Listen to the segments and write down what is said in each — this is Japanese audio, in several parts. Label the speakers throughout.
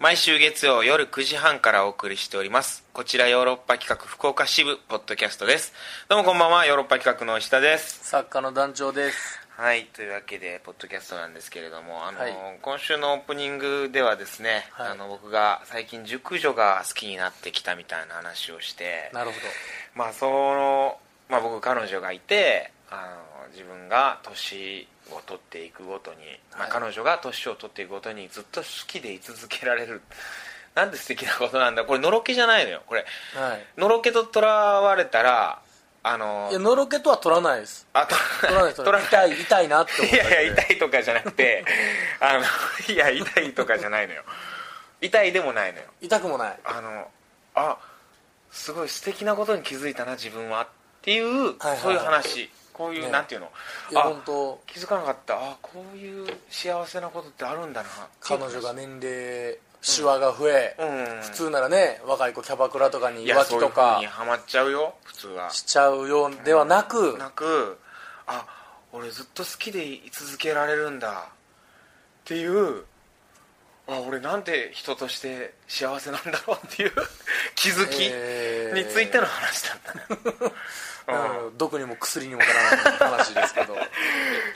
Speaker 1: 毎週月曜夜9時半からお送りしております。こちらヨーロッパ企画福岡支部ポッドキャストです。どうもこんばんは、ヨーロッパ企画の石田です。
Speaker 2: 作家の団長です
Speaker 1: はい、というわけで、ポッドキャストなんですけれども、あの、
Speaker 2: はい
Speaker 1: 今週のオープニングではですね、
Speaker 2: はい
Speaker 1: あの、僕が最近熟女が好きになってきたみたいな話をして、
Speaker 2: なるほ
Speaker 1: まあその、まあ、僕彼女がいてあの自分が年を取っていくごとに、ま
Speaker 2: は
Speaker 1: あ、
Speaker 2: い
Speaker 1: 彼女が年を取っていくごとにずっと好きでい続けられる なんて素敵なことなんだこれのろけじゃないのよこれ
Speaker 2: どはい
Speaker 1: のろけととらわれたらあの
Speaker 2: いやのろけとは取らな いです
Speaker 1: あと
Speaker 2: 取らない取らない痛い痛いなって思っ
Speaker 1: い
Speaker 2: た
Speaker 1: やいや痛いとかじゃなくてあのいや痛いとかじゃないのよ痛いでもないのよ
Speaker 2: 痛くもない
Speaker 1: あのあすごい素敵なことに気づいたな自分はっていう、
Speaker 2: はい
Speaker 1: そういう話こういう、
Speaker 2: ね
Speaker 1: なんていうの
Speaker 2: いや
Speaker 1: あ
Speaker 2: 本当
Speaker 1: 気づかなかったあこういう幸せなことってあるんだな
Speaker 2: 彼女が年齢シワが増え、
Speaker 1: うん
Speaker 2: 普通ならね若い子キャバクラとかに
Speaker 1: い
Speaker 2: 浮
Speaker 1: やそ
Speaker 2: 気
Speaker 1: ういう
Speaker 2: と
Speaker 1: ふう
Speaker 2: か
Speaker 1: にハマっちゃうよ普通は
Speaker 2: しちゃうようではなく、
Speaker 1: なくあ俺ずっと好きでい続けられるんだっていうあ俺なんて人として幸せなんだろうっていう気づき
Speaker 2: えー
Speaker 1: についての話だったね、うん
Speaker 2: なるほど毒にも薬にもならない話です けど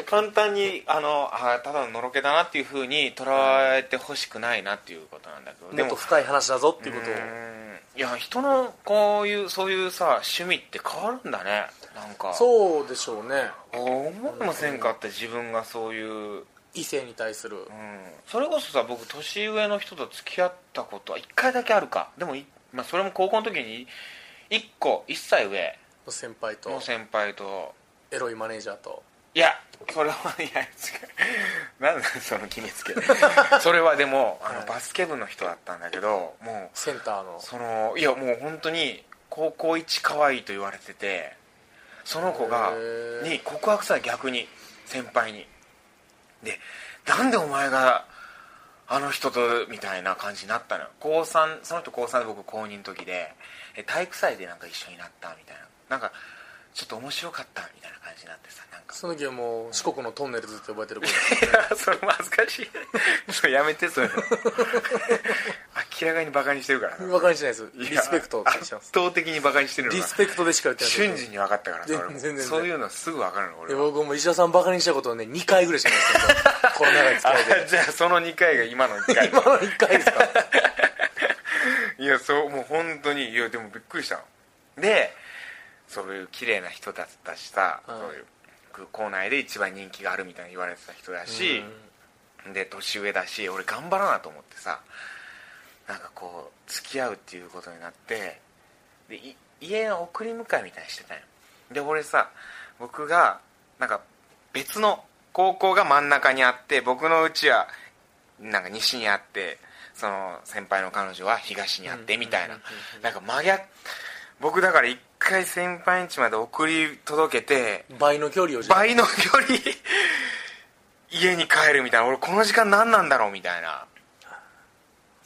Speaker 1: 簡単にあのあただののろけだなっていうふうに捉えてほしくないなっていうことなんだけど
Speaker 2: もっと深い話だぞっていうことを
Speaker 1: うーんいや人のこういうそういうさ趣味って変わるんだねなんかう
Speaker 2: そうでしょうね
Speaker 1: 思いませんかって自分がそういう、うん、
Speaker 2: 異性に対する
Speaker 1: それこそさ僕年上の人と付き合ったことは1回だけあるかでもい、まあ、それも高校の時に1個1歳上
Speaker 2: 先輩と
Speaker 1: の先輩と
Speaker 2: エロいマネージャーと
Speaker 1: いやそれはいや違うなんでその決めつけ それはでもあの、
Speaker 2: はい
Speaker 1: バスケ部の人だったんだけどもう
Speaker 2: センターの
Speaker 1: そのいやもう本当に高校一可愛いと言われててその子が
Speaker 2: へー
Speaker 1: に告白され逆に先輩にでなんでお前があの人とみたいな感じになったのよ高3その人高3で僕高2の時でえ体育祭でなんか一緒になったみたいななんかちょっと面白かったみたいな感じになってさなんか
Speaker 2: その時はもう四国のトンネルズって覚えてる子
Speaker 1: いやそれも恥ずかしいそれやめてそれ明らかにバカにしてるからな
Speaker 2: バカにしないです
Speaker 1: いや
Speaker 2: リスペクトってしま
Speaker 1: 圧
Speaker 2: す
Speaker 1: 倒的にバカにしてるの
Speaker 2: リ
Speaker 1: が
Speaker 2: スペクトでしか言ってな
Speaker 1: 瞬
Speaker 2: い
Speaker 1: 時に分かったから
Speaker 2: 全然
Speaker 1: 俺も
Speaker 2: 全然
Speaker 1: そういうのすぐ分かるの
Speaker 2: い
Speaker 1: 俺
Speaker 2: や
Speaker 1: は
Speaker 2: 僕も石田さんバカにしたことをね2回ぐらいしかないですけどこの長い付き合いで
Speaker 1: あじゃあその2回が今の1回
Speaker 2: 今の1回ですか
Speaker 1: いやそうもう本当にいやでもびっくりしたのでそういう綺麗な人だったしさ、
Speaker 2: うん
Speaker 1: そういう校内で一番人気があるみたいに言われてた人だし、で年上だし俺頑張らなと思ってさなんかこう付き合うっていうことになってでい家の送り迎えみたいにしてたよで俺さ僕がなんか別の高校が真ん中にあって僕のうちはなんか西にあってその先輩の彼女は東にあって
Speaker 2: うん
Speaker 1: みたいな
Speaker 2: うんうんうんうん
Speaker 1: なんか真逆僕だから一回先輩ん家まで送り届けて
Speaker 2: うん倍の距離をじゃあ
Speaker 1: 倍の距離家に帰るみたいな俺この時間何なんだろうみたいな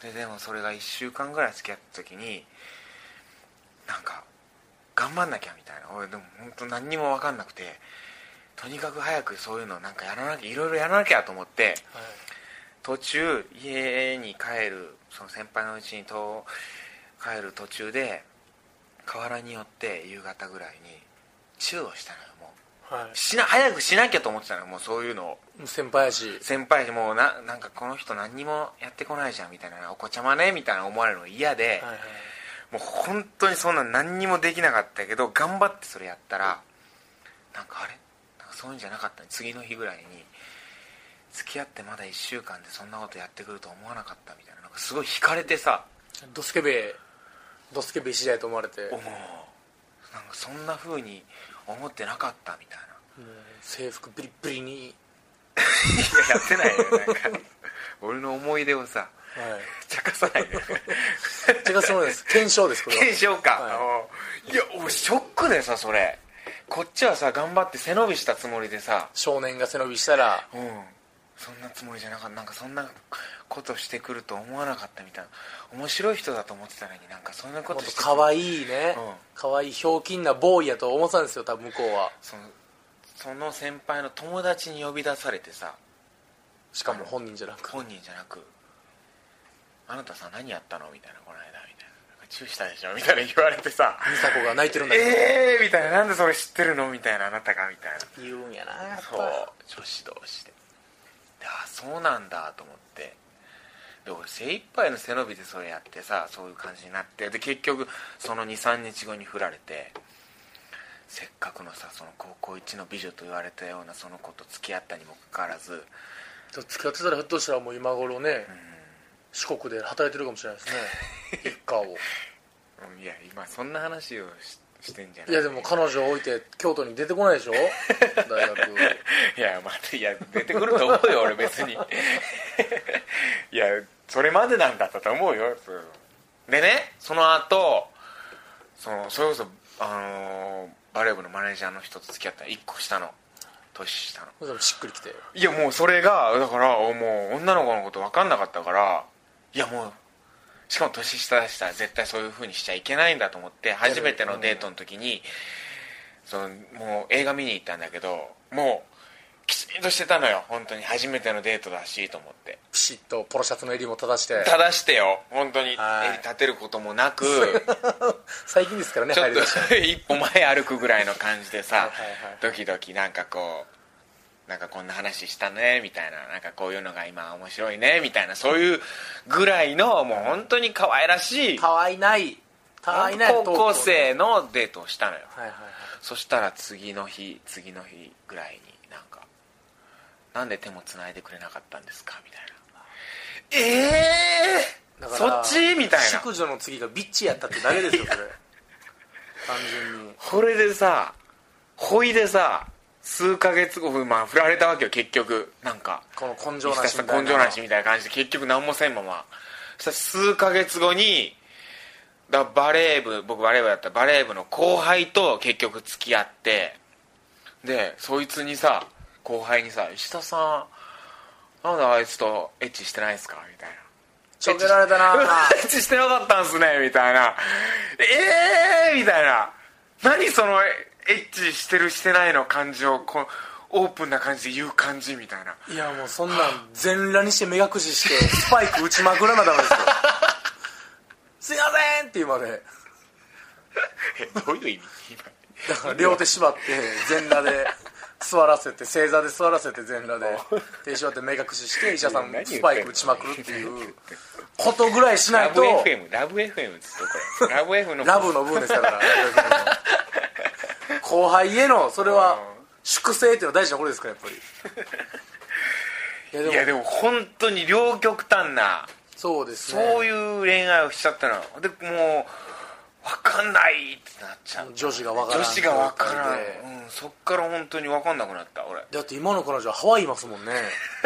Speaker 1: ででもそれが1週間ぐらい付き合った時になんか頑張んなきゃみたいな俺でも本当何にも分かんなくてとにかく早くそういうのなんかやらなきゃいろいろやらなきゃと思って
Speaker 2: はい
Speaker 1: 途中家に帰るその先輩のうちにと帰る途中で河原に寄って夕方ぐらいにチューをしたのよもう
Speaker 2: は
Speaker 1: しな早くしなきゃと思ってたのよもうそういうのを
Speaker 2: い先輩やし
Speaker 1: 先輩にもうななんかこの人何にもやってこないじゃんみたいなお子ちゃまねみたいな思われるの嫌で、
Speaker 2: はいはい
Speaker 1: もう本当にそんな何にもできなかったけど頑張ってそれやったらなんかあれなんかそういうんじゃなかったね次の日ぐらいに付き合ってまだ1週間でそんなことやってくると思わなかったみたいななんかすごい惹かれてさ
Speaker 2: ドスケベドスケベ石田やと思われて
Speaker 1: おおなんかそんな風に思ってなかったみたいな
Speaker 2: もう制服ビリッビリに
Speaker 1: いややってないよなん か俺の思い出をさ
Speaker 2: はい
Speaker 1: 茶化さないで
Speaker 2: てかそうです検証ですこれは
Speaker 1: 検証か、
Speaker 2: は
Speaker 1: おうい、や俺ショックだよさそれこっちはさ頑張って背伸びしたつもりでさ
Speaker 2: 少年が背伸びしたら
Speaker 1: うんそんなつもりじゃなかったなんかそんなことしてくると思わなかったみたいな面白い人だと思ってたのになんかそんなこ
Speaker 2: も
Speaker 1: と
Speaker 2: っと
Speaker 1: してくる
Speaker 2: 可愛いね
Speaker 1: うん
Speaker 2: 可愛いひょうきんなボーイやと思ってたんですよ多分向こうは
Speaker 1: そのその先輩の友達に呼び出されてさ
Speaker 2: しかも本人じゃなく
Speaker 1: 本人じゃなくあなたさ何やったの?」みたいな「この間」みたいな「なんかチューしたでしょ?」みたいな言われてさ
Speaker 2: 美佐子が泣いてるんだけど、
Speaker 1: えーみたいななんでそれ知ってるのみたいなあなたがみたいな
Speaker 2: 言うんやなやっぱ
Speaker 1: そう女子同士でであそうなんだと思ってで俺精一杯の背伸びでそれやってさそういう感じになってで結局その23日後に振られてせっかくのさその高校一の美女と言われたようなその子と付き合ったにもかかわらず
Speaker 2: でも付き合ってたらひょっとしたらもう今頃ね、四国で働いてるかもしれないです ね一家を
Speaker 1: うんいや今そんな話をししてんじゃない
Speaker 2: いやでも彼女を置いて京都に出てこないでしょ大学
Speaker 1: いやまあいや出てくると思うよ俺別に いやそれまでなんだったと思うよそうでねその後そのそれこそあのーバレー部のマネージャーの人と付き合った1個下の年下の
Speaker 2: そしたらしっくりきて
Speaker 1: いやもうそれがだからもう女の子のこと分かんなかったからいやもうしかも年下だしたら絶対そういう風にしちゃいけないんだと思って初めてのデートの時にそのもう映画見に行ったんだけどもうきちんとしてたのよ本当に初めてのデートだしと思って
Speaker 2: ピシッとポロシャツの襟も正して
Speaker 1: 正してよ本当に
Speaker 2: はい
Speaker 1: 襟立てることも なく
Speaker 2: 最近ですからね
Speaker 1: ちょ
Speaker 2: 入
Speaker 1: っ
Speaker 2: り出した
Speaker 1: と 一歩前歩くぐらいの感じで
Speaker 2: はい
Speaker 1: さ
Speaker 2: はいはい
Speaker 1: ドキドキなんかこうなんかこんな話したねみたいななんかこういうのが今面白いねみたいなそういうぐらいのもう本当に可愛らしい
Speaker 2: たわいないたわいない
Speaker 1: 高校生のデートをしたのよ
Speaker 2: はいはいはい
Speaker 1: そしたら次の日次の日ぐらいになんか「なんで手もつないでくれなかったんですか?」みたいな「ええ
Speaker 2: だ
Speaker 1: ー、
Speaker 2: か
Speaker 1: そ
Speaker 2: ら
Speaker 1: っち?」みたいな
Speaker 2: 淑女の次がビッチやったってだけですよそれ単純に
Speaker 1: これでさほいでさ数ヶ月後まあ振られたわけよ結局なんか
Speaker 2: この根性
Speaker 1: ひた
Speaker 2: なし
Speaker 1: すら
Speaker 2: みた
Speaker 1: 根
Speaker 2: いな
Speaker 1: 性なしみたいな感じで結局何もせんままそしたら数ヶ月後にだからバレー部僕バレー部だったバレー部の後輩と結局付き合ってでそいつにさ後輩にさ「石田さんなんであいつとエッチしてないんすか?」みたいな
Speaker 2: ちょけら れたな
Speaker 1: エッチしてなかったんすねみたいなええー、みたいな何そのエッチしてるしてないの感じをこうオープンな感じで言う感じみたいない
Speaker 2: やもうそんなん全裸にして目隠ししてスパイク打ちまくらなダメですよ すいませんって言うまで
Speaker 1: えどういう意味今
Speaker 2: だから両手縛って全裸で座らせて正座で座らせて全裸で 手縛って目隠しして医者さん
Speaker 1: 何言ってんの
Speaker 2: スパイク打ちまくるっていうことぐらいしな
Speaker 1: ラ
Speaker 2: い
Speaker 1: ブ
Speaker 2: と
Speaker 1: FM ラブ FM っつってこれラブ FM の
Speaker 2: ラブの分ですから後輩へのそれは粛清っていうのは大事なことですからやっぱり いや
Speaker 1: い
Speaker 2: で
Speaker 1: や
Speaker 2: も
Speaker 1: でも本当に両極端な
Speaker 2: そうですね
Speaker 1: そういう恋愛をしちゃったのでもう分かんないってなっちゃう
Speaker 2: 女子がわからん
Speaker 1: 女子が分から
Speaker 2: 状態で
Speaker 1: ん、うん、そっから本当に分かんなくなった俺
Speaker 2: だって今の彼女はハワイいますもんね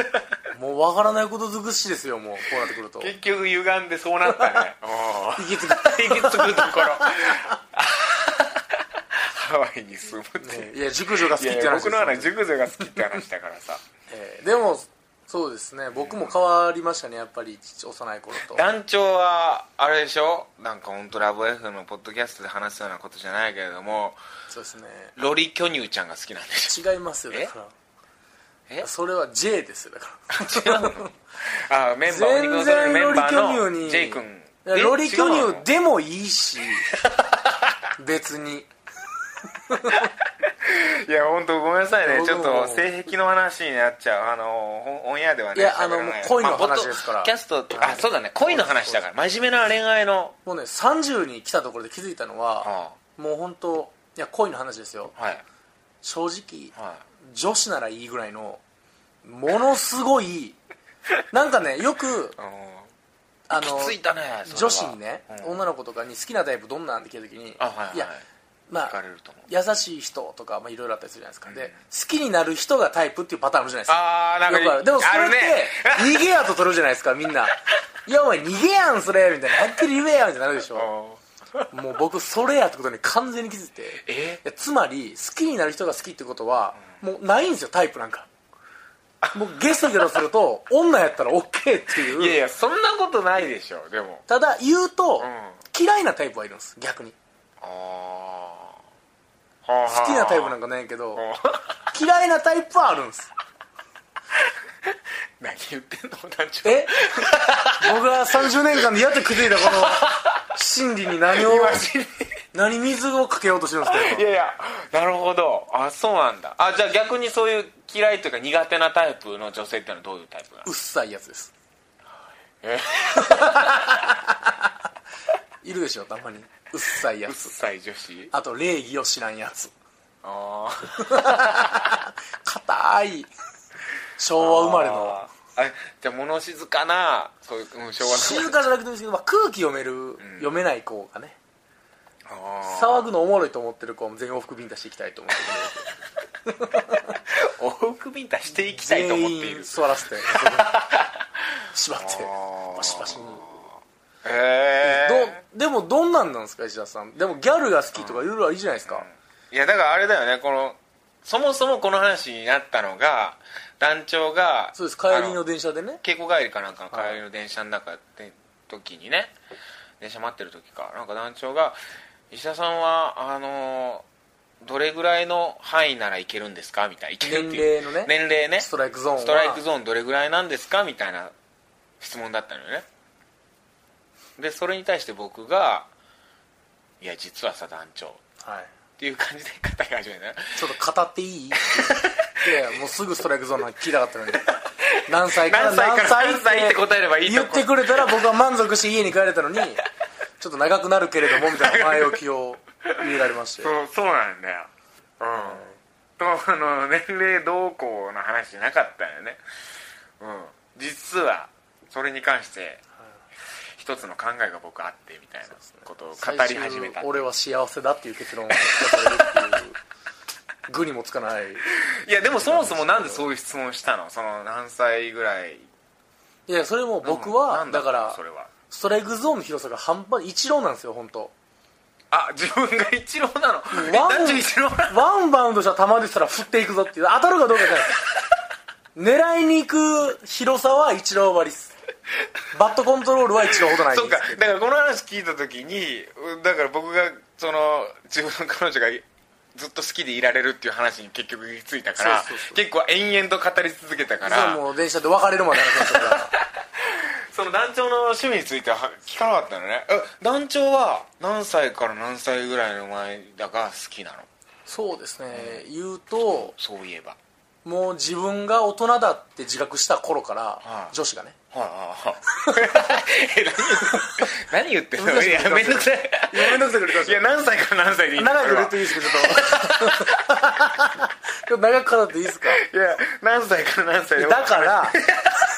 Speaker 2: もうわからないこと尽くしですよもうこうなってくると
Speaker 1: 結局歪んでそうなった ねうん
Speaker 2: 行き着く
Speaker 1: 行き着くところハワイに住むっていう、
Speaker 2: ねいや熟女が好き
Speaker 1: い
Speaker 2: って
Speaker 1: やいや
Speaker 2: 話です
Speaker 1: 僕
Speaker 2: よ
Speaker 1: の話熟女が好きって話だからさ
Speaker 2: えーでもそうですね僕も変わりましたねやっぱり幼い頃と
Speaker 1: 団長はあれでしょなんか本当ラブ F のポッドキャストで話すようなことじゃないけれども
Speaker 2: そうですね
Speaker 1: ロリ巨乳ちゃんが好きなんでしょ
Speaker 2: 違いますよだか
Speaker 1: え
Speaker 2: らそれは J ですよだから
Speaker 1: あメンバーお肉の
Speaker 2: 全
Speaker 1: それ
Speaker 2: 然
Speaker 1: メ
Speaker 2: ロ
Speaker 1: ン
Speaker 2: リ
Speaker 1: バ
Speaker 2: 巨
Speaker 1: ー
Speaker 2: 乳に
Speaker 1: の J 君
Speaker 2: いやロリ巨
Speaker 1: え違う
Speaker 2: 乳
Speaker 1: の
Speaker 2: でもいいし別に
Speaker 1: いや本当ごめんなさいね
Speaker 2: 僕
Speaker 1: ちょっ
Speaker 2: も
Speaker 1: と性癖の話になっちゃうあのほんオンエアではね
Speaker 2: いや
Speaker 1: 喋らない
Speaker 2: あのもう恋の話
Speaker 1: まあポッド
Speaker 2: ですから
Speaker 1: キャストあそうだね恋の話だから真面目な恋愛の
Speaker 2: もうね30に来たところで気づいたのは
Speaker 1: あ
Speaker 2: もう本当いや恋の話ですよ
Speaker 1: あはい
Speaker 2: 正直
Speaker 1: は
Speaker 2: 女子ならいいぐらいのものすごいなんかねよく
Speaker 1: い
Speaker 2: あ
Speaker 1: うん
Speaker 2: の
Speaker 1: きついたねそれは
Speaker 2: 女子にね、
Speaker 1: うん
Speaker 2: 女の子とかに好きなタイプどんなんって聞いた時に
Speaker 1: あはいはい
Speaker 2: やま
Speaker 1: 聞か
Speaker 2: あ
Speaker 1: れると思う
Speaker 2: 優しい人とかまあいろいろあったりするじゃないですか、で好きになる人がタイプっていうパターンあるじゃないですか
Speaker 1: ああなんか
Speaker 2: よくあるでもそれ
Speaker 1: あ
Speaker 2: っ
Speaker 1: るね
Speaker 2: て逃げやと取るじゃないですかみんないやお前逃げやんそれみたいなはっきり言えやみたいになるでしょもう僕それやってことに完全に気づいて
Speaker 1: え
Speaker 2: いやつまり好きになる人が好きってことは、もうないんですよタイプなんかもうゲストゲロすると女やったら OK っていう
Speaker 1: いやいやそんなことないでしょでも
Speaker 2: ただ言うと、
Speaker 1: う
Speaker 2: 嫌いなタイプはいるんです逆に
Speaker 1: ああ
Speaker 2: 好
Speaker 1: 好
Speaker 2: きなタイプなんんかないけど
Speaker 1: うん
Speaker 2: 嫌いなタイプはあるんです
Speaker 1: 何言ってんのお団長
Speaker 2: え 僕は30年間でやっと気づいたこの心理に何を何水をかけようとしてるんですか
Speaker 1: いやいやなるほどあそうなんだあじゃあ逆にそういう嫌いというか苦手なタイプの女性ってのはどういうタイプなの
Speaker 2: うっさいやつです
Speaker 1: え
Speaker 2: いるでしょたまにうっさいや
Speaker 1: うっ
Speaker 2: つ
Speaker 1: さい女子
Speaker 2: あと礼儀を知らんやつ
Speaker 1: ああ
Speaker 2: 硬い昭和生まれの
Speaker 1: あじゃあ物静かなそういう、うん、昭和の
Speaker 2: 静かじゃなくてもいいですけど、まあ、空気読める、読めない子がね
Speaker 1: あー
Speaker 2: 騒ぐのおもろいと思ってる子は全往復便出していきたいと思ってる
Speaker 1: 往復ビンタしていきたいと思ってい
Speaker 2: 全員
Speaker 1: る
Speaker 2: 座らせて 縛って
Speaker 1: あー
Speaker 2: バシバシに、
Speaker 1: へえ
Speaker 2: どでもどんなんなんですか石田さんでもギャルが好きとかいろいろいいじゃないですか、
Speaker 1: いやだからあれだよねこのそもそもこの話になったのが団長が
Speaker 2: そうです帰り
Speaker 1: あ
Speaker 2: の電車でね
Speaker 1: 稽古帰りかなんかの
Speaker 2: はい
Speaker 1: 帰りの電車の中で時にね電車待ってる時かなんか団長が「石田さんはあのーどれぐらいの範囲ならいけるんですか?」みたいな「いける」っていう
Speaker 2: 年齢のね
Speaker 1: 年齢ね
Speaker 2: ストライクゾーンは
Speaker 1: ストライクゾーンどれぐらいなんですかみたいな質問だったのよねでそれに対して僕が「いや実はさ団長」っ
Speaker 2: はい
Speaker 1: ていう感じで語り始めたの
Speaker 2: ちょっと語ってい いいやいやもうすぐストライクゾーンなんか聞いたかったのに何歳から
Speaker 1: 何歳から何歳って答えればいいと
Speaker 2: 言
Speaker 1: こ
Speaker 2: ってくれたら僕は満足して家に帰れたのにちょっと長くなるけれどもみたいな前置きを入れられまして
Speaker 1: そうそうなんだようんとあの年齢どうこうの話じゃなかったよねうん実はそれに関して一つの考えが僕あってみたいなことを語り始めた
Speaker 2: 最終俺は幸せだっていう結論が出されるっていう具にもつかない
Speaker 1: いやでもそもそもなんでそういう質問したのその何歳ぐらい
Speaker 2: いやそれも僕
Speaker 1: な
Speaker 2: は
Speaker 1: ん
Speaker 2: だから
Speaker 1: それは
Speaker 2: ストライクゾーンの広さが半端に一郎なんですよ本当。
Speaker 1: あ自分が一郎なのえ
Speaker 2: ワン
Speaker 1: 団長一郎なの
Speaker 2: ワンバウンドした球ですら振っていくぞっていう当たるかどうかじゃないです狙いに行く広さは一郎割りっすバットコントロールは一郎ほどないん
Speaker 1: そう
Speaker 2: で
Speaker 1: か
Speaker 2: すけど
Speaker 1: だからこの話聞いた時にうんだから僕がその自分の彼女がずっと好きでいられるっていう話に結局行き着いたから
Speaker 2: そうそうそう
Speaker 1: 結構延々と語り続けたか
Speaker 2: それ
Speaker 1: ら
Speaker 2: もう電車で別れるまで話しましたから
Speaker 1: その団長の趣味については聞かなかったのねえ団長は何歳から何歳ぐらいの前だが好きなの
Speaker 2: そうですね、言うと
Speaker 1: そういえば
Speaker 2: もう自分が大人だって自覚した頃から、
Speaker 1: はい
Speaker 2: 女子がね
Speaker 1: はいはいはい え何言ってんの
Speaker 2: 難しい
Speaker 1: いやめんどくさい
Speaker 2: いやめんどくさいこと言って
Speaker 1: いや何歳から何歳でいいんだ
Speaker 2: 長
Speaker 1: そ
Speaker 2: く
Speaker 1: れは
Speaker 2: 言っていいですかちょっと ちょっと長く語っていいですか
Speaker 1: いや何歳から何歳で
Speaker 2: だから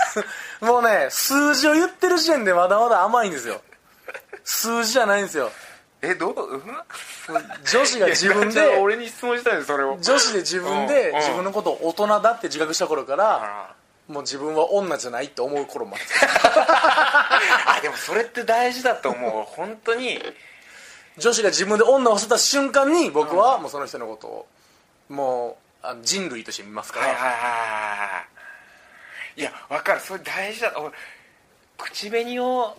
Speaker 2: もうね数字を言ってる時点でまだまだ甘いんですよ数字じゃないんですよ
Speaker 1: えどう、うん、
Speaker 2: 女子が自分で
Speaker 1: いや俺に質問したよそれを
Speaker 2: 女子で自分で
Speaker 1: うん
Speaker 2: 自分のことを大人だって自覚した頃から
Speaker 1: あ
Speaker 2: もう自分は女じゃないって思う頃まで
Speaker 1: あでもそれって大事だと思う本当に
Speaker 2: 女子が自分で女を捨てた瞬間に僕はもうその人のことをもうあの人類として見ますか
Speaker 1: はいはいはい
Speaker 2: ら
Speaker 1: はいいや分かるそれ大事だ俺口紅を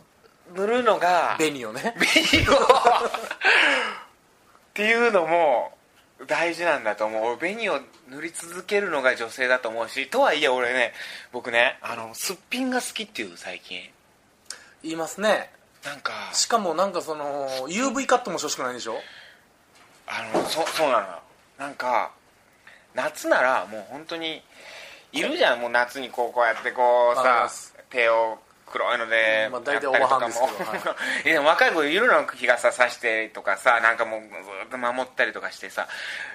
Speaker 1: 塗るのが
Speaker 2: 紅をね
Speaker 1: 紅をっていうのも大事なんだと思う俺紅を塗り続けるのが女性だと思うしとはいえ俺ね僕ねあのすっぴんが好きっていう最近
Speaker 2: 言いますね
Speaker 1: なんか
Speaker 2: しかもなんかその UV カットもしてほしくないでしょ
Speaker 1: あのそそうなのよなんか夏ならもう本当にいるじゃんもう夏にこうこうやってこう
Speaker 2: わかり
Speaker 1: さ
Speaker 2: ます
Speaker 1: 手を黒いので
Speaker 2: まあ
Speaker 1: や
Speaker 2: 大
Speaker 1: った
Speaker 2: 体
Speaker 1: り
Speaker 2: お
Speaker 1: と
Speaker 2: ばは
Speaker 1: か
Speaker 2: んです
Speaker 1: も
Speaker 2: けどはい
Speaker 1: えでも 若い子いるの日傘さしてとかさなんかもうずっと守ったりとかしてさ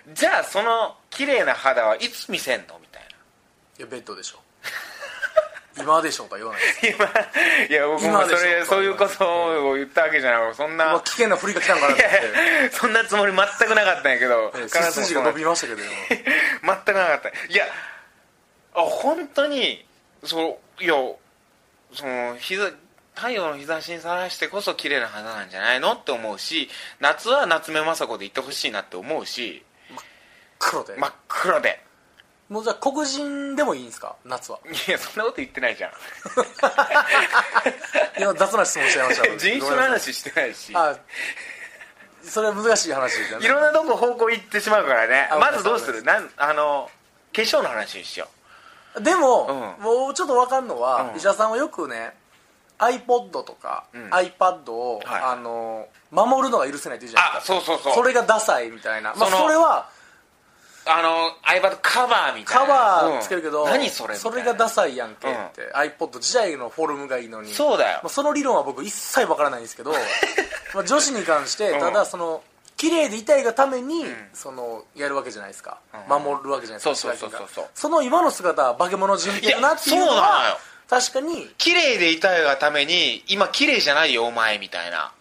Speaker 1: じゃあその綺麗な肌はいつ見せんのみたいない
Speaker 2: やベッドでしょ今でしょとは言わないです
Speaker 1: 今いや僕も
Speaker 2: 今でしょ
Speaker 1: それそういうことを言ったわけじゃないそん
Speaker 2: う
Speaker 1: な
Speaker 2: わ危険な振りが来たんかなと思っ て
Speaker 1: そんなつもり全くなかったんやけど
Speaker 2: ええ背筋が伸びましたけど今
Speaker 1: 全くなかったいやあ本当にそういやその日ざ太陽の日差しにさらしてこそ綺麗な花なんじゃないのって思うし夏は夏目雅子で行ってほしいなって思うし
Speaker 2: 黒で、
Speaker 1: 真っ黒で
Speaker 2: もうじゃあ黒人でもいいんですか夏はい
Speaker 1: やそんなこと言ってないじゃん
Speaker 2: 今雑な質問しちゃいました
Speaker 1: 人種の
Speaker 2: ごめんなさい
Speaker 1: 話してないし
Speaker 2: あそれは難しい話ですよ
Speaker 1: い
Speaker 2: ね
Speaker 1: ろんなとこ方向行ってしまうからね
Speaker 2: あ
Speaker 1: まずどうする
Speaker 2: ご
Speaker 1: なんあの化粧の話にしよう
Speaker 2: でも、
Speaker 1: うん
Speaker 2: もうちょっと分かんのは、
Speaker 1: うん
Speaker 2: 石田さんはよくね iPod とか、
Speaker 1: うん
Speaker 2: iPad を、
Speaker 1: はい
Speaker 2: あの守るのが許せないって言うじゃない
Speaker 1: あ
Speaker 2: ですか
Speaker 1: そうそうそう
Speaker 2: それがダサいみたいな、まあ、
Speaker 1: その
Speaker 2: それは
Speaker 1: あの相葉とカバーみたい
Speaker 2: カ
Speaker 1: な
Speaker 2: バーつけるけど、
Speaker 1: うん何それみたいな
Speaker 2: れがダサいやんけって、iPod 自体のフォルムがいいのに
Speaker 1: そうだよ
Speaker 2: まあ、その理論は僕一切わからないん ですけどまあ女子に関して
Speaker 1: うん
Speaker 2: ただその綺麗でいたいがために、
Speaker 1: ん
Speaker 2: そのやるわけじゃないですか、
Speaker 1: うん
Speaker 2: 守るわけじゃないです
Speaker 1: そ
Speaker 2: か
Speaker 1: うそうそう
Speaker 2: 白井君が
Speaker 1: そうそう
Speaker 2: その今の姿は化け物人ってるなっていうの
Speaker 1: いやそうなの
Speaker 2: は
Speaker 1: よ
Speaker 2: 確かに
Speaker 1: 綺麗でいたいがために今綺麗じゃないよお前みたいな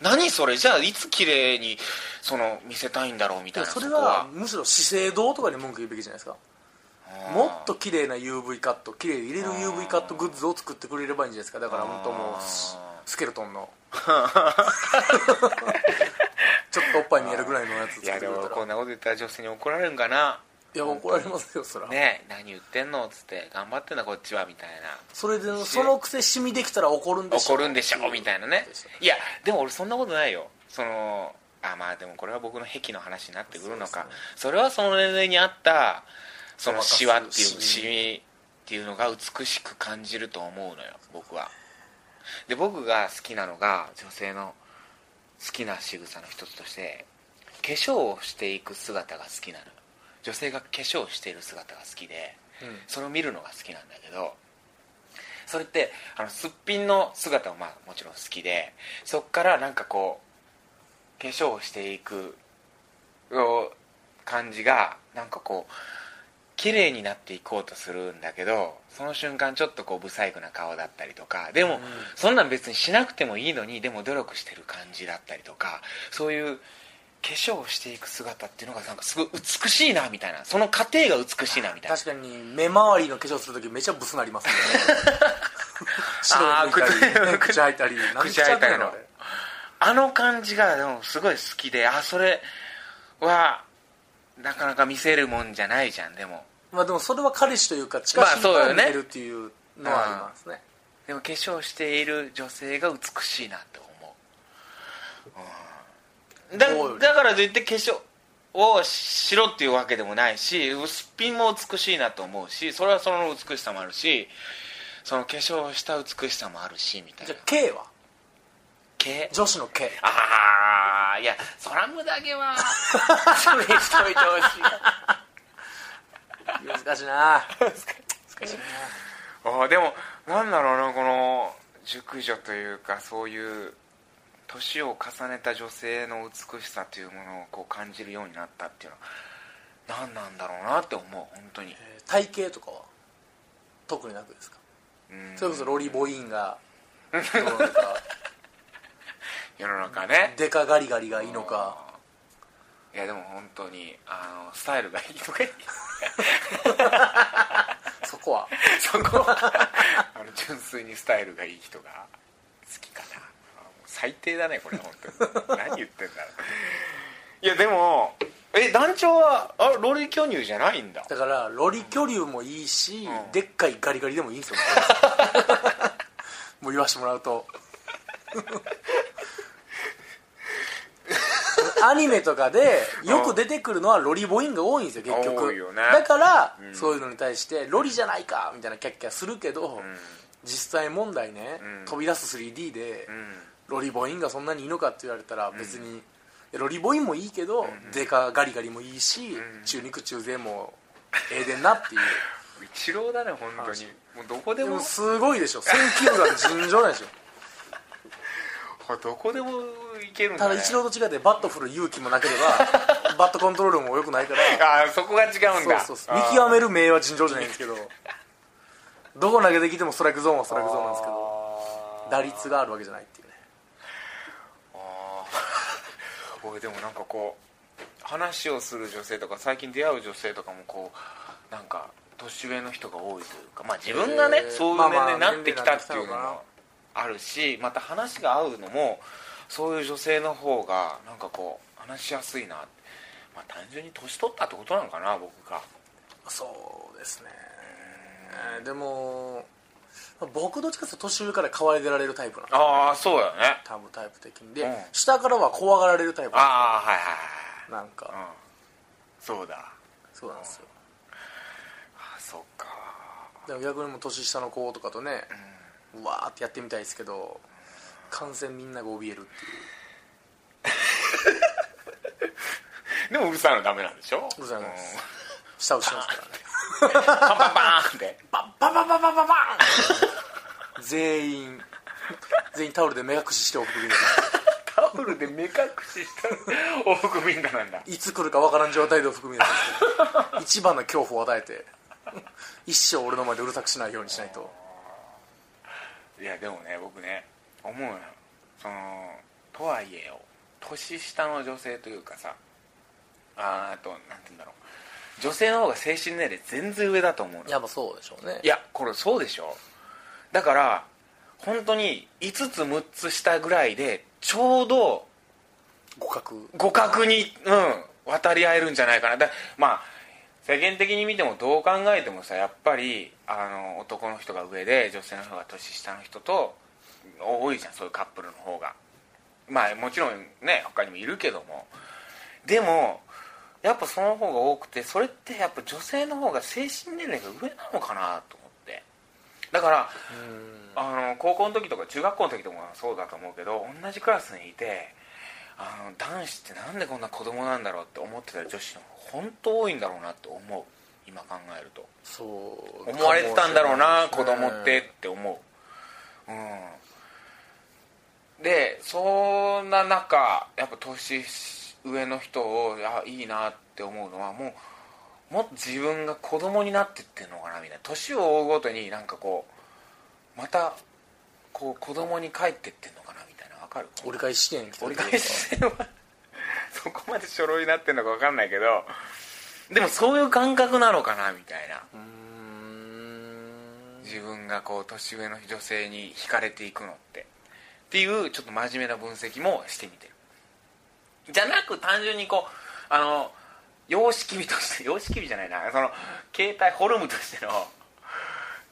Speaker 1: 何それじゃあいつ綺麗にその見せたいんだろうみ
Speaker 2: い
Speaker 1: たい
Speaker 2: や
Speaker 1: な
Speaker 2: そ
Speaker 1: そ
Speaker 2: れ
Speaker 1: こ
Speaker 2: は
Speaker 1: は
Speaker 2: むしろ資生堂とかに文句言うべきじゃないですか
Speaker 1: うん
Speaker 2: もっと綺麗な UV カット綺麗で入れる UV カットグッズを作ってくれればいいんじゃないですかだから本 当もうススケルトンのちょっとおっぱい見えるぐらいのやつ
Speaker 1: い
Speaker 2: 作っ
Speaker 1: や
Speaker 2: てく
Speaker 1: で
Speaker 2: れ
Speaker 1: も
Speaker 2: た
Speaker 1: こ
Speaker 2: ら
Speaker 1: んなこと言ったら女性に怒られるんかない
Speaker 2: や怒られますよそら
Speaker 1: ね何言ってんのっつって頑張ってんだこっちはみたいな
Speaker 2: それでそのくせシミできたら怒るんでしょ
Speaker 1: 怒るんでしょみたいなねいやでも俺そんなことないよそのあまあでもこれは僕の癖の話になってくるの
Speaker 2: そう
Speaker 1: か
Speaker 2: で
Speaker 1: そ,、れはその年齢に合ったそのシワっていう
Speaker 2: ごまかすシ
Speaker 1: シミっていうのが美しく感じると思うのよ僕はで僕が好きなのが女性の好きな仕草の一つとして化粧をしていく姿が好きなのよ女性が化粧をしている姿が好きで
Speaker 2: うん
Speaker 1: それを見るのが好きなんだけどそれってあのすっぴんの姿もまあもちろん好きでそっからなんかこう化粧をしていくお感じがなんかこう綺麗になっていこうとするんだけどその瞬間ちょっとこう不細工な顔だったりとかでも、
Speaker 2: うん
Speaker 1: そんなん別にしなくてもいいのにでも努力してる感じだったりとかそういう化粧をしていく姿っていうのがなんかすごい美しいなみたいなその過程が美しいなみたいな
Speaker 2: 確かに目周りの化粧するときめちゃブスなりま すよね白
Speaker 1: あー
Speaker 2: いの抜いた
Speaker 1: 口
Speaker 2: り口開いたりなんで
Speaker 1: 口開いたりの
Speaker 2: 口開あれ
Speaker 1: あの感じがでもすごい好きであそれはなかなか見せるもんじゃないじゃんでも
Speaker 2: まあでもそれは彼氏というか近しい
Speaker 1: まあそう
Speaker 2: から
Speaker 1: よね
Speaker 2: 見えるっていうのはありますね
Speaker 1: でも化粧している女性が美しいなと思う、うん、だ
Speaker 2: おい
Speaker 1: だからといって化粧をしろっていうわけでもないしすっぴんも美しいなと思うしそれはその美しさもあるしその化粧をした美しさもあるしみたい
Speaker 2: じ
Speaker 1: な
Speaker 2: ゃあ K は
Speaker 1: け
Speaker 2: 女子の K
Speaker 1: ああいやそら無だけは それにしといてほしい
Speaker 2: 難しいな
Speaker 1: ああでもなんだろうなこの熟女というかそういう年を重ねた女性の美しさというものをこう感じるようになったっていうのは何なんだろうなって思う本当に
Speaker 2: えー体型とかは特になくですか
Speaker 1: うん
Speaker 2: それこそロリボインがどうなのか
Speaker 1: 世の中ね
Speaker 2: デカガリガリがいいのか
Speaker 1: いやでも本当にあのスタイルがいいとか
Speaker 2: そこは
Speaker 1: そこは あの純粋にスタイルがいい人が好きかなあもう最低だねこれ本 当に何言ってんだろういやでもえ団長はあロリ巨乳じゃないんだ
Speaker 2: だからロリ巨竜もいいし、
Speaker 1: うん
Speaker 2: でっかいガリガリでもいいんですよもう言わしてもらうとアニメとかでよく出てくるのはロリボインが多いんですよ結
Speaker 1: 多
Speaker 2: 局
Speaker 1: いよね
Speaker 2: だから、
Speaker 1: うん
Speaker 2: そういうのに対してロリじゃないかみたいなキャッキャするけど、実際問題ね、
Speaker 1: うん
Speaker 2: 飛び出す 3D で、
Speaker 1: うん、うん、
Speaker 2: ロリボインがそんなにいいのかって言われたら別に、いやロリボインもいいけど、デカガリガリもいいし、
Speaker 1: ん
Speaker 2: 中肉中背もええでんなっていう
Speaker 1: 一郎だね本当にもうどこで
Speaker 2: で
Speaker 1: も
Speaker 2: もすごいでしょ選球眼尋常 なんでしょ
Speaker 1: どこでもいけるん
Speaker 2: た
Speaker 1: だ、
Speaker 2: だ
Speaker 1: ね、
Speaker 2: 一郎と違ってバット振る勇気もなければバットコントロールも良くないから
Speaker 1: ああ そこが違うん
Speaker 2: そう
Speaker 1: だ
Speaker 2: そうそう見極める目は尋常じゃないんですけどどこ投げてきてもストライクゾーンはストライクゾーンなんですけど打率があるわけじゃないっていうね
Speaker 1: あー 俺でもなんかこう話をする女性とか最近出会う女性とかもこうなんか年上の人が多いというかまあ自分がね
Speaker 2: へー
Speaker 1: そういう
Speaker 2: まあ
Speaker 1: 年
Speaker 2: まあ
Speaker 1: 齢になってきたっていうの
Speaker 2: 年齢になっ
Speaker 1: もあるしまた話が合うのもそういう女性の方がなんかこう話しやすいなってまあ単純に年取ったってことなのかな僕が
Speaker 2: そうですねでも僕どっちかっていうと年上から可愛がられるタイプなんです
Speaker 1: ああそうよね
Speaker 2: 多分タイプ的にで、
Speaker 1: うん
Speaker 2: 下からは怖がられるタイプ
Speaker 1: ああはいはい
Speaker 2: なん
Speaker 1: はい
Speaker 2: か
Speaker 1: はいうんそうだ
Speaker 2: そうなんですよ
Speaker 1: あそっか
Speaker 2: でも逆にもう年下の子とかとね、うわーってやってみたいですけど完全みんなが怯えるって
Speaker 1: でもうるさいのダメなんでしょ
Speaker 2: うるさいのです
Speaker 1: うん
Speaker 2: 舌をしますからね
Speaker 1: パンパンパーンって
Speaker 2: バババババババン全員全員タオルで目隠ししておくべきです
Speaker 1: タオルで目隠しした往復民家なんだ
Speaker 2: いつ来るかわからん状態で含みなんですけど一番の恐怖を与えて一生俺の前でうるさくしないようにしないと
Speaker 1: いやでもね僕ね思うのよそのとはいえよ年下の女性というかさあーあとなんて言うんだろう女性の方が精神年齢全然上だと思うの
Speaker 2: やっぱそうでしょうね
Speaker 1: いやこれそうでしょだから本当に5つ6つ下ぐらいでちょうど
Speaker 2: 互角
Speaker 1: 互角に、うん、渡り合えるんじゃないかなだまあ世間的に見てもどう考えてもさやっぱりあの男の人が上で女性の方が年下の人と多いじゃんそういうカップルの方がまあもちろんね他にもいるけどもでもやっぱその方が多くてそれってやっぱ女性の方が精神年齢が上なのかなと思ってだからあの高校の時とか中学校の時とかもそうだと思うけど同じクラスにいてあの男子ってなんでこんな子供なんだろうって思ってた女子の方が本当多いんだろうなって思う今考えると
Speaker 2: そう
Speaker 1: 思われてたんだろうな、
Speaker 2: か
Speaker 1: 子
Speaker 2: もしれ
Speaker 1: 供
Speaker 2: い
Speaker 1: ってって思ううんでそんな中やっぱ年上の人をあいいなって思うのはもうもっと自分が子供になってってんのかなみたいな年を追うごとになんかこうまたこう子供に帰ってってんのかなみたいなわかる
Speaker 2: 折り返し試験に来て
Speaker 1: 折
Speaker 2: る
Speaker 1: り返し線は そこまで書類になってんのか分かんないけどでもそういう感覚なのかなみたいな
Speaker 2: うーん
Speaker 1: 自分がこう年上の女性に惹かれていくのってっていうちょっと真面目な分析もしてみてるじゃなく単純にこうあの様式美として様式美じゃないなその携帯フォルムとしての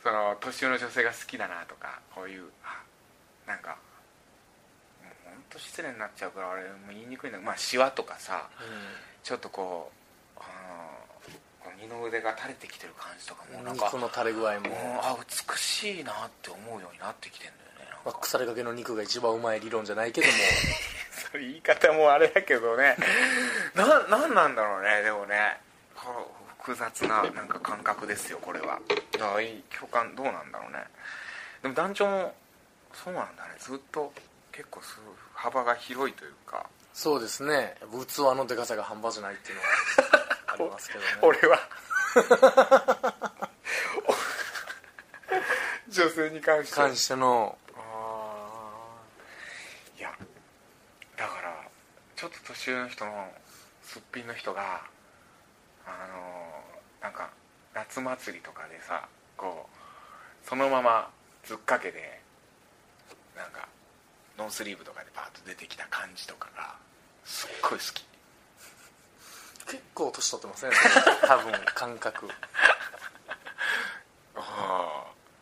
Speaker 1: その年上の女性が好きだなとかこういうあなんかもう本当失礼になっちゃうから俺もう言いにくいんだけどまあシワとかさちょっとこうあの二の腕が垂れてきてる感じとかも
Speaker 2: うん
Speaker 1: なんか
Speaker 2: 肉の垂れ具合も
Speaker 1: もう、あ美しいなって思うようになってきてんだよね
Speaker 2: まあ腐りかけの肉が一番うまい理論じゃないけども
Speaker 1: それ言い方もあれだけどね ななんなんだろうねでもねこう複雑ななんか感覚ですよこれはああいい共感どうなんだろうねでも団長もそうなんだねずっと結構すごい幅が広いというか
Speaker 2: そうですね器のでかさが半端じゃな いっていうのはありますけどね
Speaker 1: 俺は 女性に関して
Speaker 2: 関しての
Speaker 1: ああいやだからちょっと年上の人のすっぴんの人があのーなんか夏祭りとかでさこうそのままずっかけでなんかノンスリーブとかでパーッと出てきた感じとかがすっごい好き
Speaker 2: 結構年取ってますね多分感覚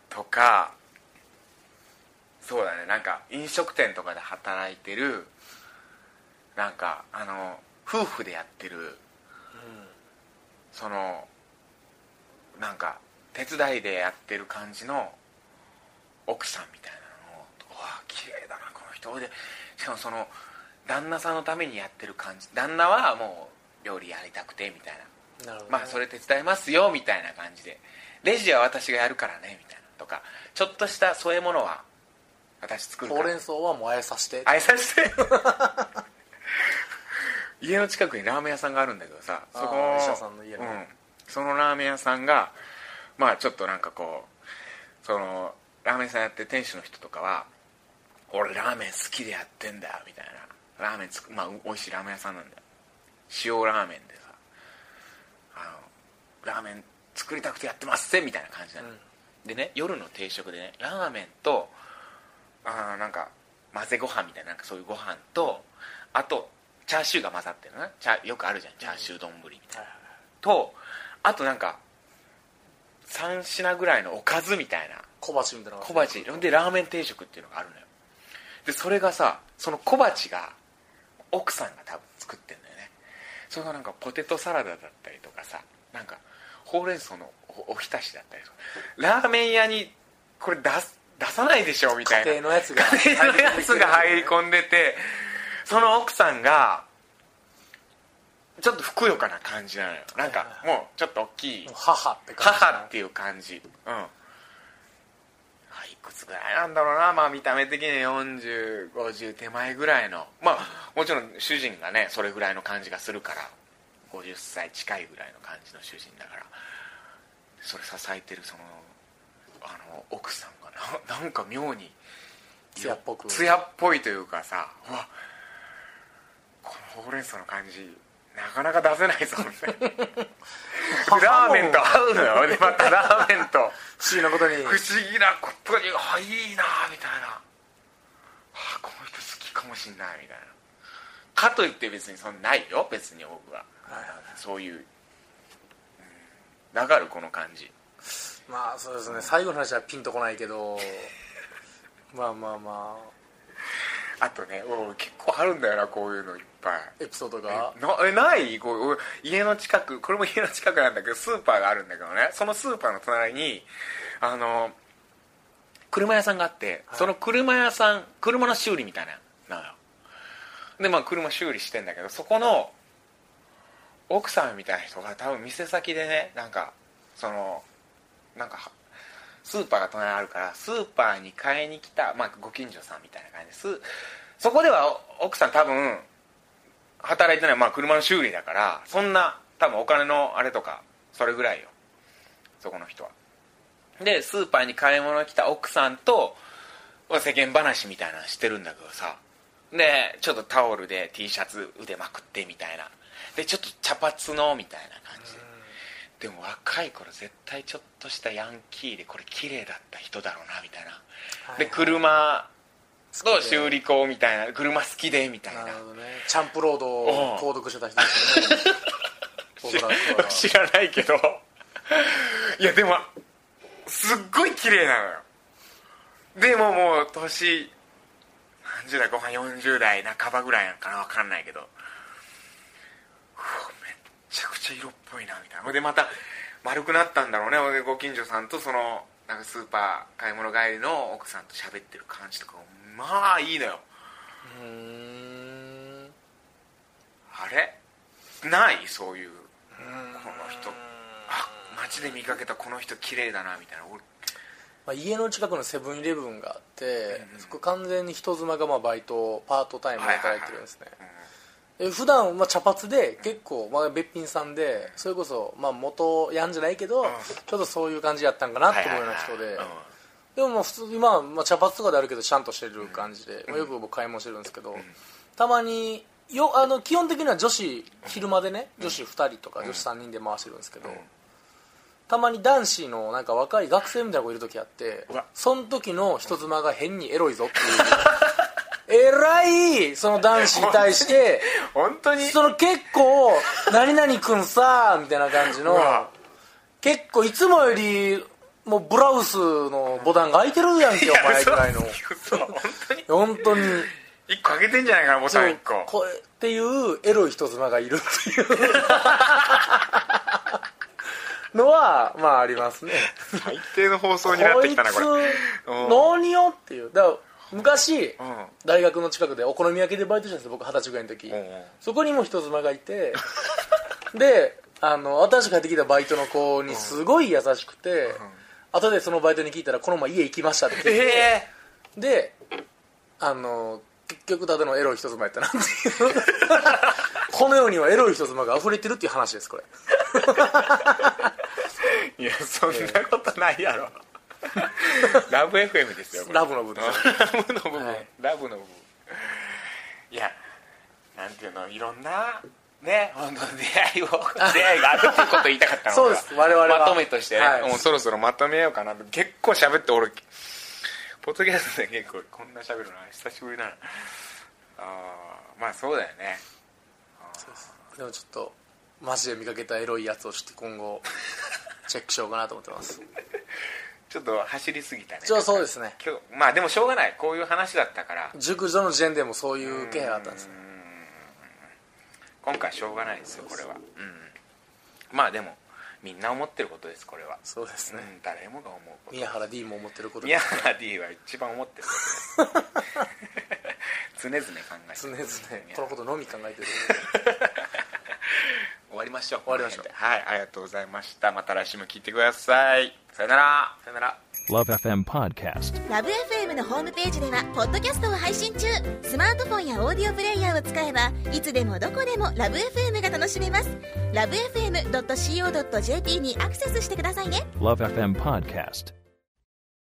Speaker 1: とかそうだねなんか飲食店とかで働いてるなんかあの夫婦でやってるそのなんか手伝いでやってる感じの奥さんみたいなのをうわ綺麗だなこの人でしかもその旦那さんのためにやってる感じ旦那はもう料理やりたくてみたいな
Speaker 2: なるほどね、
Speaker 1: まあそれ手伝いますよみたいな感じでレジは私がやるからねみたいなとかちょっとした添え物は私作る
Speaker 2: ほ
Speaker 1: か
Speaker 2: うれ
Speaker 1: ら
Speaker 2: ん草はもうあやさして
Speaker 1: 挨拶して 家の近くにラーメン屋さんがあるんだけどさそこ
Speaker 2: あー石田さんの家の
Speaker 1: うん、そのラーメン屋さんがまあちょっとなんかこうそのラーメン屋さんやってる店主の人とかは俺ラーメン好きでやってんだよみたいなラーメンつくまあう美味しいラーメン屋さんなんだよ塩ラーメンでさあのラーメン作りたくてやってますぜみたいな感じなの、でね夜の定食でねラーメンとあーなんか混ぜご飯みたいななんかそういうご飯とあとチャーシューが混ざってるなチャよくあるじゃんチャーシュー丼ぶりみたいな、とあとなんか3品ぐらいのおかずみたいな
Speaker 2: 小鉢みたいなのが
Speaker 1: 小鉢ほんでラーメン定食っていうのがあるのよでそれがさその小鉢が奥さんが多分作ってんだよねそれがなんかポテトサラダだったりとかさなんかほうれん草のおお浸しだったりとかラーメン屋にこれ出す出さないでしょみたいな
Speaker 2: 家庭のやつが
Speaker 1: 家庭のやつが入り込んでてその奥さんがちょっとふくよかな感じなのよなんかもうちょっと大きい
Speaker 2: 母って感じ
Speaker 1: 母っていう感じうんあいくつぐらいなんだろうなまあ見た目的には4050手前ぐらいのまあもちろん主人がねそれぐらいの感じがするから50歳近いぐらいの感じの主人だからそれ支えてるそのあの奥さんがななんか妙に
Speaker 2: 艶っぽく
Speaker 1: 艶っぽいというかさうわこのほうれん草の感じなかなか出せないぞみたいな ラーメンと合うのよでまたラーメンと
Speaker 2: 不思議なことに
Speaker 1: 不思議なことにあいいなみたいなあこの人好きかもしんないみたいなかといって別にそんなないよ別に僕はそういう、うん、流るこの感じ
Speaker 2: まあそうですね最後の話はピンとこないけどまあまあま
Speaker 1: あとねお結構あるんだよなこういうのいっぱい
Speaker 2: あエピソードが
Speaker 1: えなえないこう俺家の近くこれも家の近くなんだけどスーパーがあるんだけどねそのスーパーの隣にあの車屋さんがあって、
Speaker 2: い
Speaker 1: その車屋さん車の修理みたいなのよでまあ車修理してんだけどそこの奥さんみたいな人が多分店先でねなんかそのなんかはスーパーが隣にあるからスーパーに買いに来た、まあ、ご近所さんみたいな感じですそこではお奥さん多分働いてない、まあ、車の修理だからそんな多分お金のあれとかそれぐらいよそこの人はでスーパーに買い物に来た奥さんと世間話みたいなのしてるんだけどさでちょっとタオルで T シャツ腕まくってみたいなでちょっと茶髪のみたいな感じででも若い頃絶対ちょっとしたヤンキーでこれ綺麗だった人だろうなみたいな、で車と修理工みたいな車好きでみたいな
Speaker 2: なるほどねチャンプロードを購読してた人ですよねお そらくは
Speaker 1: 知らないけどいやでもすっごい綺麗なのよでももう年30代後半40代半ばぐらいなのかな分かんないけどうわめっちゃくちゃ色っぽいなみたいなほんでまた丸くなったんだろうねほんでご近所さんとそのなんかスーパー買い物帰りの奥さんと喋ってる感じとかまあいいのよ
Speaker 2: うーん
Speaker 1: あれないそういうこの人あ街で見かけたこの人綺麗だなみたいな俺
Speaker 2: まあ、家の近くのセブンイレブンがあって、そこ完全に人妻がまあバイトパートタイムで働いてるんですね、で普段まあ茶髪で結構まあべっぴんさんでそれこそまあ元やんじゃないけど、ちょっとそういう感じやったんかなって思うような人で、
Speaker 1: はいはいはい
Speaker 2: でもまあ普通に、まあ、まあ茶髪とかであるけどちゃんとしてる感じで、まあ、よく僕買い物してるんですけど、たまによあの基本的には女子昼間でね女子2人とか女子3人で回してるんですけど、たまに男子のなんか若い学生みたいな子いる時あって
Speaker 1: うわ
Speaker 2: その時の人妻が変にエロいぞって いうえらいその男子に対して
Speaker 1: うん本当に
Speaker 2: その結構「何々くんさ」みたいな感じの
Speaker 1: うわ
Speaker 2: 結構いつもよりもうブラウスのボタンが開いてるやんけお前ぐらいの
Speaker 1: 嘘嘘本当に
Speaker 2: 本当に
Speaker 1: 一個あげてんじゃないかなボタン一個
Speaker 2: これっていうエロい人妻がいるっていうのはまあありますね
Speaker 1: 最低の放送になっ
Speaker 2: こ
Speaker 1: て
Speaker 2: い
Speaker 1: き
Speaker 2: つ
Speaker 1: たなこれうん
Speaker 2: 何よっていうだから昔、
Speaker 1: ん
Speaker 2: 大学の近くでお好み焼きでバイトしてたんですよ僕二十歳ぐらいの時、
Speaker 1: んうん
Speaker 2: そこにも人妻がいて であの新しく帰ってきたバイトの子にすごい優しくて、後でそのバイトに聞いたらこの前家行きましたって聞いて、
Speaker 1: え
Speaker 2: であの結局ただのエロい人妻やったなっていう この世にはエロい人妻が溢れてるっていう話ですこれ
Speaker 1: えいやそんなことないやろ ラブ FM ですよこれ
Speaker 2: ラブの部ですよ
Speaker 1: ラブの部分、
Speaker 2: はい
Speaker 1: ラブの部分いやなんていうのいろんなね本当に出会いを出会いがあるってことを言いたか ったの
Speaker 2: そうです我々は
Speaker 1: まとめとしてね、
Speaker 2: はい
Speaker 1: もうそろそろまとめようかなと結構喋って俺ポッドキャストで結構こんな喋るの久しぶりだなあーまあそうだよね
Speaker 2: でもちょっとマジで見かけたエロいやつをちょっと今 後チェックしようかなと思ってます
Speaker 1: ちょっと走りすぎたね
Speaker 2: 一応そうですね
Speaker 1: 今日まあでもしょうがないこういう話だったから
Speaker 2: 熟女の時点でもそういう気配があったんですね
Speaker 1: 今回しょうがないですよこれはうんまあでもみんな思ってることですこれは
Speaker 2: そうですね
Speaker 1: うん、誰もが思うこと
Speaker 2: 宮原 D も思ってることで
Speaker 1: 宮
Speaker 2: す
Speaker 1: 原 D は一番思ってる ことです常々考えて
Speaker 2: 常
Speaker 1: る
Speaker 2: 々このことのみ考えてる
Speaker 1: 終わりましょう
Speaker 2: 終わりましょう
Speaker 1: はいありがとうございましたまた来週も聞いてくださいさよなら
Speaker 2: さよなら
Speaker 3: Love FM Podcast.
Speaker 4: ラブ f m のホームページではポッドキャストを配信中スマートフォンやオーディオプレイヤーを使えばいつでもどこでもラブ f m が楽しめますラブ FM.co.jp にアクセスしてくださいね
Speaker 3: Love FM Podcast.